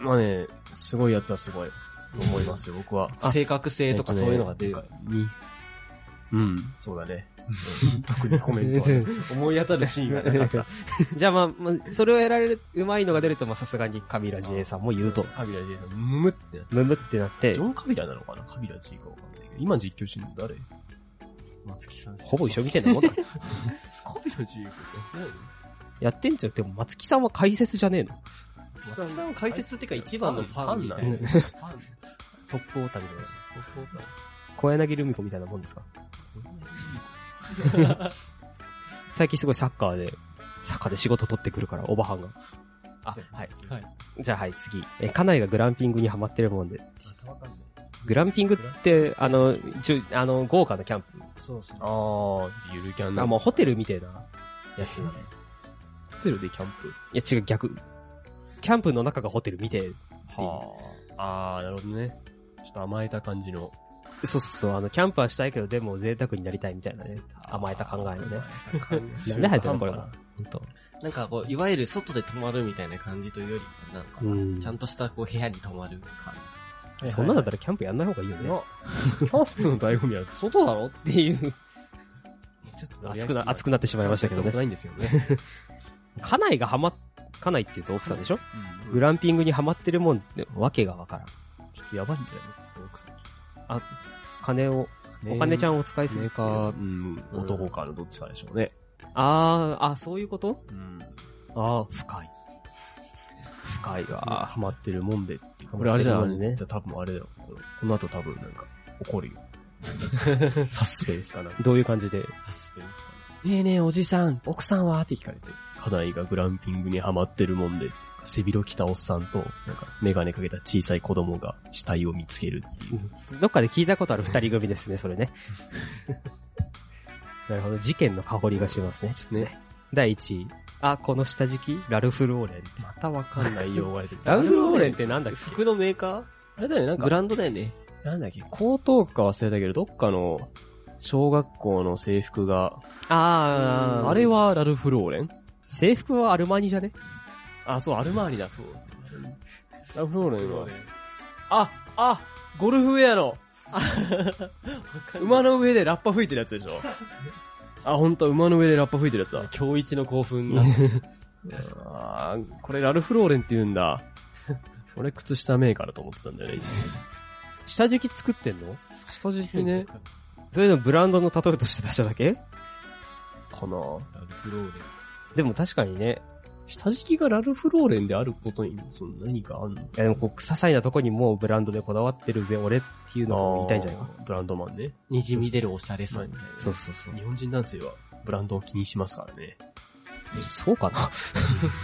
S1: まあね、すごいやつはすごい。と思いますよ、僕は。
S3: 正確性とかそういうのが出る。
S1: にうん、そうだね。特にコメントはね思い当たるシーンがなかっ
S2: <laughs>
S1: た。
S2: じゃあまあ、まあそれを得られる、うまいのが出ると、まあさすがにカビラジエさんも言うと。
S1: カビラ自衛のムムってなって
S2: ムムってなって
S1: ジョ、ン・カビラなのかなカビラ G かわかんないけど。今実況してるの誰
S3: 松木さん。
S2: ほぼ一緒みたいなもんだ。
S1: カビラ G やってないの
S2: <laughs> やってんじゃん。でも、松木さんは解説じゃねえの。
S3: 松木さんは解説っていうか一番のファンみたいな。
S1: フ
S3: ファン
S2: トップオータニの。小柳ルミ子みたいなもんですか最近すごいサッカーで、サッカーで仕事取ってくるから、おばはんが。あ、はい。
S3: はい。
S2: じゃあはい、次。え、家内がグランピングにハマってるもんで。
S3: わかんない。
S2: グランピングって、あの、じゅあの、豪華なキャンプ。
S3: そうそう。
S1: あー、ゆるキャン
S2: あ、もうホテルみたいなやつだね。
S1: テルでキャンプ
S2: いや違う、逆。キャンプの中がホテル見て、
S1: あ。あー、なるほどね。ちょっと甘えた感じの。
S2: そうそうそう、あの、キャンプはしたいけど、でも贅沢になりたいみたいなね。甘えた考えのね。なんで入ってんのこれも。本当。
S3: なんかこう、いわゆる外で泊まるみたいな感じというより、なんか、
S2: うん。
S3: ちゃんとしたこう部屋に泊まる感
S2: そんなんだった
S1: ら、
S2: らキャンプやんない方がいいよね。
S1: な、キャンプの醍醐味は外だろっていう。ちょっ
S2: 熱くな、熱
S1: く
S2: くなってしまいましたけどね。
S1: ないんですよね。
S2: 家内がハマ、家内って言うと奥さんでしょ
S3: うん
S2: グランピングにハマってるもんで、わけがわからん。
S1: ちょっとやばいんじゃないの奥さん。
S2: 金を、お金ちゃ
S1: ん
S2: んを使いす
S1: メ
S2: ぎ
S1: ー
S2: てる
S1: カー、うん、男かのどっちかでしょうね。
S2: あー、あ、そういうこと
S1: うん。
S2: あー、深い。深い
S1: あ
S2: わ。
S1: ハマってるもんでっていう。これあれじゃ
S2: ハマっ
S1: ん、
S2: てるもんでね
S1: じゃあ多分あれだよ。これこの後多分なんか怒 <laughs> るよ。サスペンスかな。
S2: どういう感じで
S3: サスペンスか
S1: ねえねえおじさん、奥さんはって聞かれて。家内がグランピングにハマってるもんで、背広着たおっさんと、なんかメガネかけた小さい子供が死体を見つけるっていう。
S2: どっかで聞いたことある二人組ですね、そ
S1: <laughs>
S2: れね。なるほど、事件の香りがしますね。ちょっとね。第1位。あ、この下敷きラルフ・ローレン。
S1: またわかんないよ、われてる
S2: ラルフ・ローレンってなんだっ
S3: な。
S2: け
S3: 服のメーカ
S1: あれだよね、なん
S3: ーブ
S1: か、
S3: ランドだよね。
S1: なんだっけ、江東区か忘れたけど、どっかの小学校の制服が、
S2: あー、
S1: あれはラルフローレン
S2: 制服はアルマーニじゃね
S1: あ、そう、アルマーニだ、そうですね。ラルフローレンは、
S3: わ
S1: あ、あ、ゴルフウェアの、
S3: かんない
S1: <laughs> 馬の上でラッパ吹いてるやつでし <laughs> ょ。あ、ほんと、馬の上でラッパ吹いてるやつだ。
S3: 今日一の興奮が。
S1: あーこれラルフローレンって言うんだ。俺靴下メーカーだと思ってたんだよね。
S2: 下敷き作ってんの
S1: 下敷
S2: <laughs>
S1: きね。
S2: それのブランドの例えとして出しただけ
S1: かな
S3: ラルフローレン。
S2: でも確かにね。
S1: 下敷きがラルフローレンであることに、その何かあんの
S2: いやでもこう、些細なとこにもうブランドでこだわってるぜ、俺っていうのを言いたいんじゃないか。
S1: ブランドマンね。
S3: にじみ出るおしゃれさみたいな。
S2: そうそうそう。
S1: 日本人男性はブランドを気にしますからね。
S2: そうかな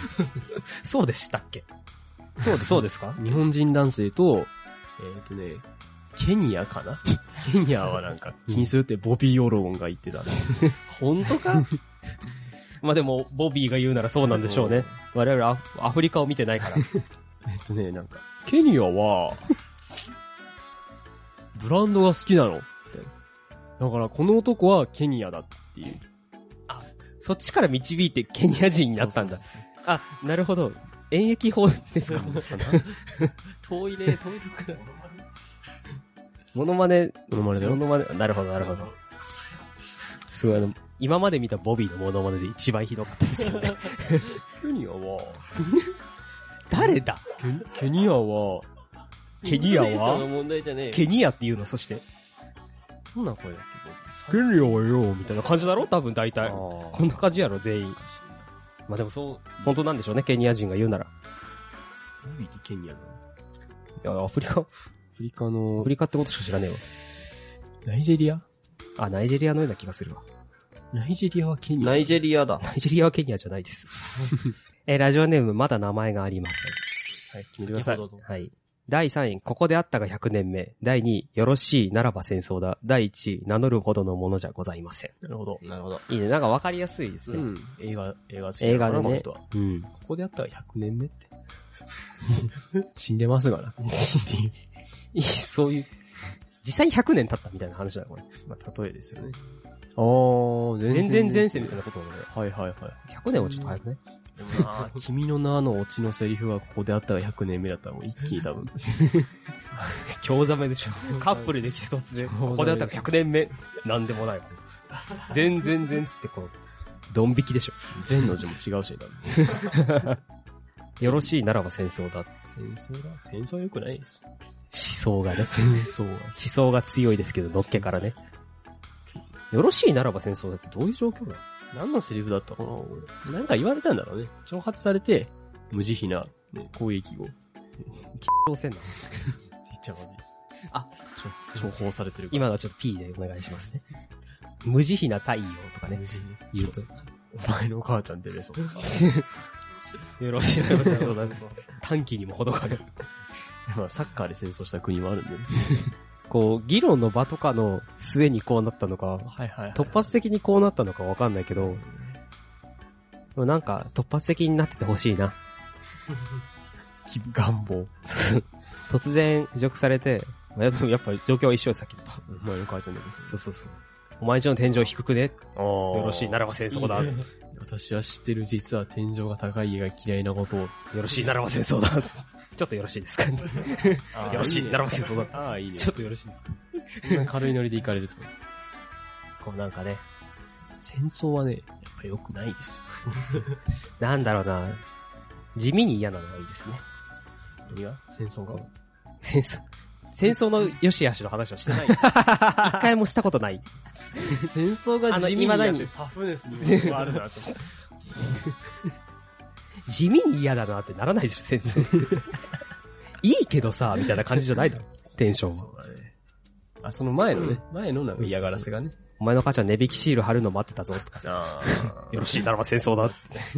S2: <laughs> そうでしたっけそうで、そうですか
S1: <laughs> 日本人男性と、えっ、とね、ケニアかなケニアはなんか気にするってボビー・オロゴンが言ってたね。
S2: 本当 <laughs> かまあでも、ボビーが言うならそうなんでしょうね。我々アフアフリカを見てない <laughs> から。
S1: えっとね、なんか、ケニアは、ブランドが好きなのって。だから、この男はケニアだっていう。
S2: そっちから導いてケニア人になったんだ。あ、なるほど。演疫法ですか。
S3: 遠いね、遠いとこから。
S2: モノマネ、
S1: モノマネだよ
S2: モノマネ、なるほど、なるほど。すごい、あの、今まで見たボビーのモノマネで一番ひどかったですけどね。
S1: ケニアは、
S2: 誰だ
S1: ケケニアは、
S2: ケニア
S3: インフルエンサーの
S2: は
S3: 問題じゃねえよ
S2: ケニアっていうの、そして。
S1: どんな声だっ
S2: ケニアはよ、みたいな感じだろ多分大
S1: け
S2: 体。
S1: あ
S2: こんな感じやろ、全員。まあでもそう、本当なんでしょうね、ケニア人が言うなら。
S1: 何でケニアなの
S2: いや、アフリカ、
S1: ア
S2: ア
S1: フリカの
S2: フ、リカってことしか知らねえわ。
S1: ナイジェリア
S2: あ、ナイジェリアのような気がするわ。 <laughs>
S1: ナイジェリアはケニア。
S3: ナイジェリアだ。
S2: ナイジェリアはケニアじゃないです。 <laughs> えー、ラジオネーム、まだ名前がありませ
S1: は
S2: ん。
S1: い、決めてください。
S3: 先ほどの
S2: はい。第3位、ここであったが100年目。第2位、よろしいならば戦争だ。第1位、名乗るほどのものじゃございません。
S1: なるほど。
S3: なるほど。
S2: いいね、なんかわかりやすいです
S1: う
S2: ね。
S1: ん。映画、映画好き
S2: 映画
S1: なのか
S2: で
S1: な
S2: ね
S1: この人は。
S2: うん。
S1: ここであったら100年目って。 <laughs> 死んで <laughs> ますがな。っていう
S2: いいそういう、実際に100年経ったみたいな話だ、これ。
S1: まあ、例えですよね。あー、
S2: 全然前世みたいなことなのね。
S1: はいはいはい。
S2: 100年はちょっと早くね。
S3: でもな
S1: あ君の名のオチのセリフがここであったら100年目だったらもう一気に多分。
S2: 興ざめでしょ。 <laughs> カップルでき突然、ここであったが100年目。なんでもないわ。全然全つってこう、ドン引きでしょ。
S1: 善の字も違うしね、多分。
S2: よろしいならば戦争だ。思
S1: 戦争だ戦争は良くないです。
S2: 想がね。
S1: 戦争は。
S2: 思想が強いですけど、のっけからね。よろしいならば戦争だってどういう状況だ
S1: 何のセリフだったかな俺。なんか言われたんだろうね。挑発されて、無慈悲な、ね、攻撃を。
S2: 朝鮮なの
S1: 言っちゃまずい。
S2: あ、
S1: 重宝されてるから。
S2: 今のはちょっと P でお願いしますね。無慈悲な太陽とかね
S1: 無、慈悲です
S2: 言うと。
S1: お前のお母ちゃん出てそう。
S2: <laughs> よろしいならば戦争だね。短期にも程がある。
S1: まあ、サッカーで戦争した国もあるんでね。
S2: こう、議論の場とかの末にこうなったのか、
S1: はいはいはい。
S2: 突発的にこうなったのかわかんないけど、でもなんか突発的になっててほしいな。
S1: き願 <laughs> 望。
S2: 突然侮辱されて、まあやっぱやっぱ状況は一緒よ、さっきと。
S1: まあ、よくあるじゃないです
S2: そうそうそう。お前んちの天井低くね
S1: か。よ
S2: よろしいならば戦争だ。
S3: いいね
S1: 私は知ってる実は天井が高い家が嫌いなことを。よ
S2: よろしいならば戦争だ。 <laughs> ちょっとよろしいですか、よろしいならば戦争だ。
S1: ああ、いいね。
S2: ちょっとよろしいですか
S1: そんな軽いノリで行かれると。
S2: <laughs> こうなんかね、
S1: 戦争はね、やっぱ良くないです
S2: なんだろうな。地味に嫌なのがいいですね。
S1: よ。何が戦争が
S2: 戦争。戦争の良し悪しの話はして <laughs> ない。一回もしたことない。
S1: <laughs> 戦争が地味
S2: あの
S1: やって
S2: 未だに
S1: タフネスにもあるなと思って。 <laughs>
S2: 地味に嫌だなってならないでしょ、戦争。 <laughs> いいけどさ、みたいな感じじゃないのテンションは。
S1: そうだね。あ、その前のね、前のなんか嫌がらせがね。
S2: お前の母ちゃん値引きシール貼るの待ってたぞとかさ。
S1: あ
S2: よろしいならば戦争だ。
S1: あ。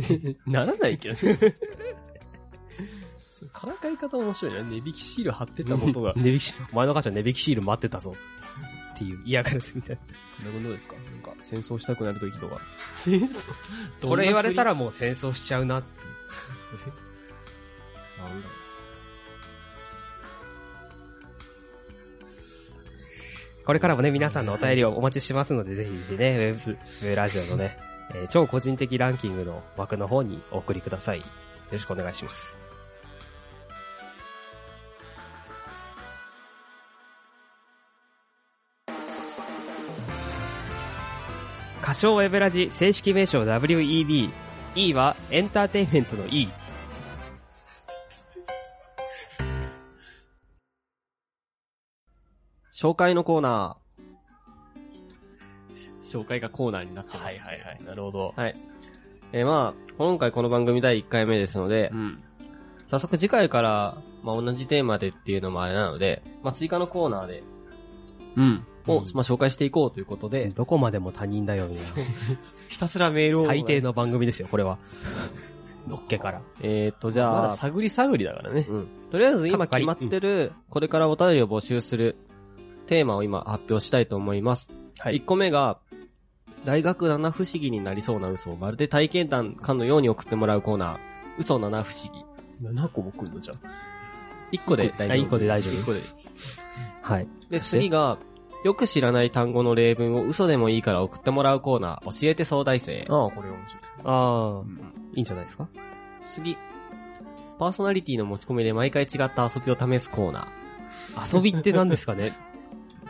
S1: <laughs> ならないけどね。それからかい方面白いな。値引きシール貼ってたことが。
S2: 値引きシール、お前の母ちゃん値引きシール待ってたぞ。っていう嫌がらせみたいな。
S1: などうですかなんか、戦争したくなる時とか。
S3: 戦争
S2: これ言われた
S3: ら、
S2: らもう戦争しちゃうなって。
S3: なんだろ
S2: これからもね、皆さんのお便りをお待ちしてますので、ぜひぜひね、ウェブウェブラジオの <laughs> ね、えー超個人的ランキングの枠の方にお送りください。よろしくお願いします。歌唱ウェブラジ正式名称 WEB。E はエンターテインメントの E。
S3: う紹介のコーナー。紹介がコーナーになってます。はい
S1: はいはい。なるほど。
S3: えーまあ、今回この番組第1回目ですので
S1: う、ん。
S3: 早速次回から、まあ同じテーマでっていうのもあれなので、まあ追加のコーナーで、
S1: うん。
S3: を、
S2: うん
S3: まあ紹介していこうということで、
S2: どこまでも他人だよ、みたい
S3: ひたすらメールを。
S2: な。最低。の番組ですよ、これ <laughs> は。のっけから。
S3: えーっと、じ
S1: ま
S3: ゃ
S1: だ
S3: あ、
S1: 探り探りだからね。
S3: うん。とりあえず今決まってる、これからお便りを募集するテーマを今発表したいと思います。
S1: は
S3: 1。個目が、大学七不思議になりそうな嘘をまるで体験談かのように送ってもらうコーナー、嘘七不思議。
S1: 7個も来るのじゃん。
S3: 1個で大丈夫。
S2: 1個で大丈夫
S3: 一個で。
S2: はい。
S3: で、次が、よく知らない単語の例文を嘘でもいいから送ってもらうコーナー、教えて総大生。
S1: ああ、これ面白い。
S2: ああ、
S1: ん
S2: いいんじゃないですか
S3: 次、パーソナリティの持ち込みで毎回違った遊びを試すコーナー。
S2: 遊びって何ですかね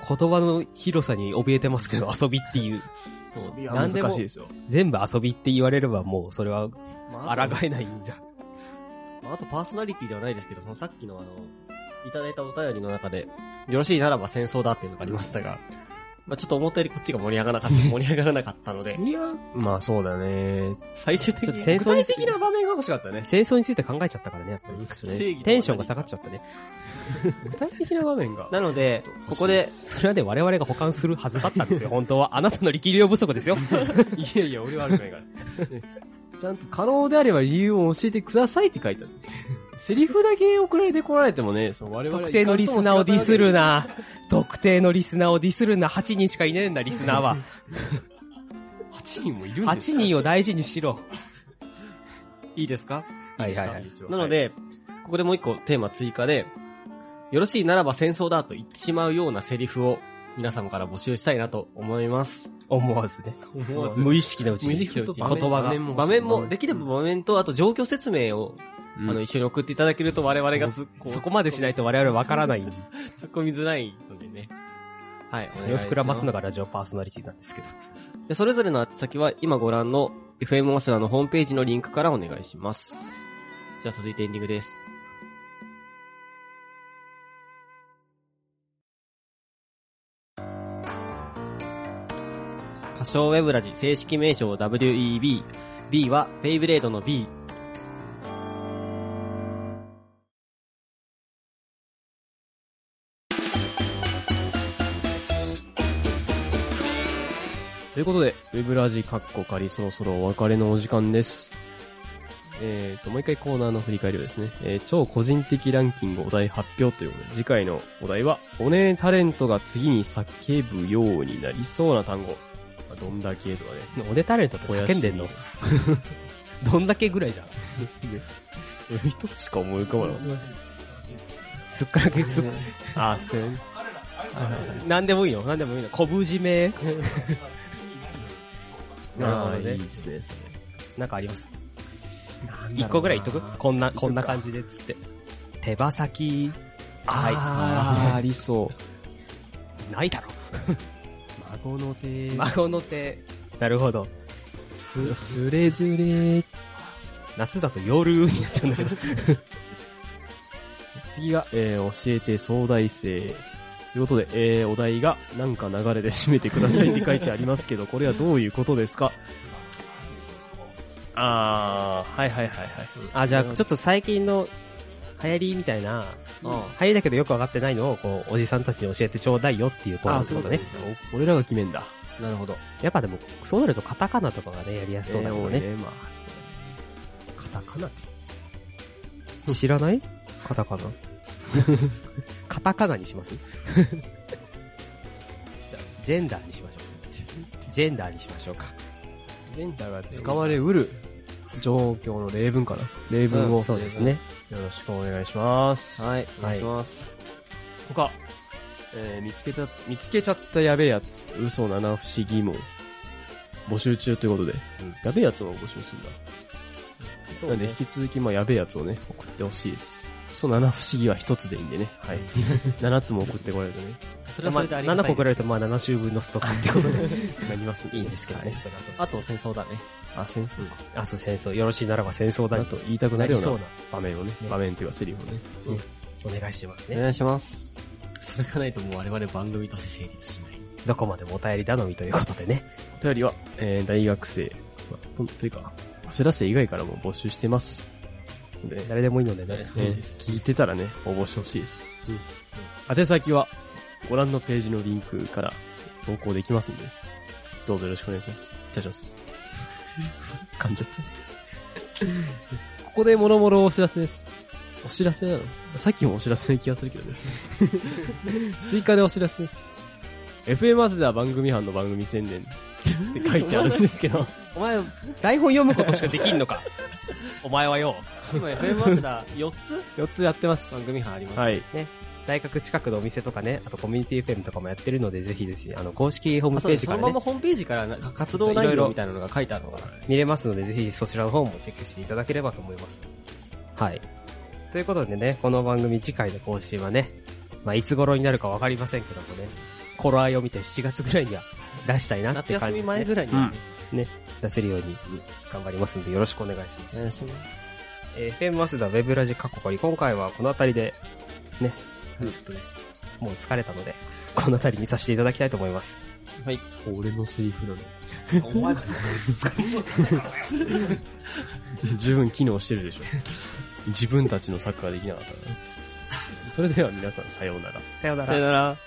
S2: 言葉の広さに怯えてますけど、遊びっていう。
S1: そうう。
S2: 何でも
S1: 難しいですよ。
S2: 全部遊びって言われればもう、それは、
S3: ま
S2: 抗
S3: あ、あと
S2: えないんじゃん。
S3: まあ、あとパーソナリティではないですけど、そのさっきのあの、いただいたお便りの中で、よろしいならば戦争だっていうのがありましたが、まあちょっと思ったよりこっちが盛り上がらなか
S2: <laughs>
S3: った、盛り上がらなかったので、
S1: いや、まあそうだね。
S3: 最終的
S2: ちょっ
S3: に
S2: と戦争に
S1: 具体的な場面が欲しかったね。
S2: 戦争について考えちゃったからね、やっぱりちょっと
S3: 正
S2: ね。
S3: 義とは何か
S2: テンションが下がっちゃったね。
S1: 具体的な場面が。
S3: なので、ここで、
S2: それはね、我々が保管するはずだったんですよ、本当は。あなたの力量不足ですよ。
S1: いやいや、俺は悪くないから。 <laughs> ねちゃんと可能であれば理由を教えてくださいって書いてある。セリフだけ送られてこられてもね、そう我々
S2: 特定のリスナーをディスる。な。特定のリスナーをディスるな。8人しかいねえんだ、リスナーは。
S1: 8人もいるんです
S2: 8人を大事にしろ。
S3: いいですか
S2: はいはいはい。
S1: 人
S3: なの、で、ここでもう一個テーマ追加で、よろしいならば戦争だと言ってしまうようなセリフを皆様から募集したいなと思います。
S2: 思わずね。
S3: 思わず
S2: 無意識のうちに。
S3: 無意識のうちに
S2: 言葉が。
S3: 場面も、できれば場面と、あと状況説明を、あの、一緒に送っていただけると我々がつこう
S2: そこまでしないと我々わからない。
S3: 突っ込みづらいのでね。はい、お
S2: そ
S3: 願い
S2: れを
S3: します。
S2: 膨らますのがラジオパーソナリティなんですけど。
S3: でそれぞれの宛先は今ご覧の FM マスダのホームページのリンクからお願いします。じゃあ続いてエンディングです。歌唱ウェブラジ正式名称 WEB。B はフェイブレードの B。
S1: ということで、ウェブラジカッコ仮そろそろお別れのお時間です。えーと、もう一回コーナーの振り返りをですね、えー超個人的ランキングお題発表ということで、次回のお題は、おねえタレントが次に叫ぶようになりそうな単語。まあどんだけとかね。
S2: おねタレントって叫んでんの
S1: こ
S2: どんだけぐらいじゃん。
S1: 一つしか思い浮かばなかっ
S2: すっからけすっ、
S1: た。 <laughs> あ、そう。
S2: なんでもいいよ、なんでもいいの。昆布締め。なるほ
S1: あ
S2: ど
S1: あ、い
S2: ね
S1: い。ですね、それ。
S2: なんかあります。
S3: なんだろうな
S2: 一個ぐらい言っとくこんな、
S1: っとく
S2: こ
S1: か
S2: んな感じで、つって。手羽先、
S1: はい。あーありそう。
S2: ないだろ。
S1: <laughs> 孫の手、
S2: 孫の手。なるほど。
S1: つ、つれずれ。
S2: 夏だと夜になっちゃうんだけど。 <laughs>
S1: 次が、えー、教えて総大生。ということで、えー、お題が、なんか流れで締めてくださいって書いてありますけど、これはどういうことですかあー、はいはいはいはい。
S2: あ、じゃあ、ちょっと最近の流行りみたいな、
S3: うん
S2: 流行りだけどよくわかってないのを、こう、おじさんたちに教えてちょうだいよっていうコーナー
S1: あ
S2: って
S1: そう
S2: こ
S1: だ
S2: と
S1: ね
S2: ね。。
S1: お俺らが決めんだ。
S3: なるほど。
S2: やっぱでも、そうなるとカタカナとかがね、やりやすそうだけど
S1: え
S2: ね。
S1: ー多いまあ。カタカナって。
S2: 知らないカタカナ。カタカナにします <laughs> じゃあジェンダーにしましょう。ジェンダーにしましょうか。
S1: ジェンダーが使われうる状況の例文かな。例文を、
S3: うんそうですね。
S1: よろしくお願いします。
S3: はい、お願いし
S1: は
S3: ます。
S1: 他、えー見つけた、見つけちゃったやべえやつ、嘘七不思議も、募集中ということで、やべえやつを募集するんだ。
S3: そ
S1: なんで引き続き、まあやべえやつをね、送ってほしいです。嘘七不思議は一つでいいんでね。はい。七つも送ってこられるとね。
S3: それはそれであり
S2: まあ
S3: が
S2: 7
S3: た
S2: 個
S3: い
S2: 送
S3: で
S2: られ
S3: す。
S2: ると、まあ7週分のストックってことになります。いいんですけどね。それはそれ
S3: あと戦争だね。
S1: あ、戦争か。
S2: あ、そう、戦争。よろしいならば戦争だ
S1: だ
S2: に
S1: と言いたくな
S2: な
S1: る
S2: り
S1: よう
S2: そう
S1: な
S2: な。
S1: 場面をね、
S2: ね
S1: 場面というかセリフをね。
S2: お願いします
S3: お
S2: ね。
S3: 願いします。それがないともう我々番組として成立しない。
S2: どこまでもお便り頼みということでね。
S1: お便りは、えー、大学生、まあとというか、早稲田生以外からも募集してます。で、ね、
S2: 誰でもいいのでね。
S1: 聞いてたらね、応募してほしいです。
S2: うん
S1: 宛先は、ご覧のページのリンクから投稿できますんで、どうぞよろしくお願いします。いたします。 <laughs> 噛んじゃ <laughs> った。ここでもろもろお知らせです。お知らせなのさっきもお知らせの気がするけど <laughs> ね。追加でお知らせです。FM アスでは番組班の番組宣伝って書いてあるんです <laughs> けど、
S2: お前、台本読むことしかできんのか。 <laughs> お前はよ。
S3: 今 FM マスター4つ
S1: 4つやってます。
S3: 番組班あります。
S1: はい。
S2: 大学近くのお店とかね、あとコミュニティ FM とかもやってるので、ぜひですね、あの、公式ホー
S3: あ
S2: ム
S3: そう
S2: ペー
S3: ね
S2: ジ
S3: そ
S2: か
S3: の
S2: ら
S3: ま
S2: ね
S3: ま、ホームページからなんか活動内容みたいなのが書いてあるのかな。
S2: 見れますので、ぜひそちらの方もチェックしていただければと思います。はい。ということでね、この番組次回の更新はね、まあ、いつ頃になるかわかりませんけどもね、頃合いを見て7月ぐらいには出したいなっ
S3: 夏
S2: て感
S3: 休
S2: じで
S3: み
S2: す、ね。
S3: 前ぐらいにはね
S2: 出せるように頑張りますんで、よろしくお願いします。
S3: お願いします。
S2: えー FM マスダウェブラジカッコカリ、今回はこの辺りで、ね、
S3: はい
S2: ちょっとね、もう疲れたので、この辺り見させていただきたいと思います。
S3: はい。
S1: 俺のセリフなの。
S3: お前も
S1: <laughs> 十分機能してるでしょ。自分たちのサッカーできなかったから。それでは皆さんさようなら。
S2: さような
S3: <laughs> さよなら。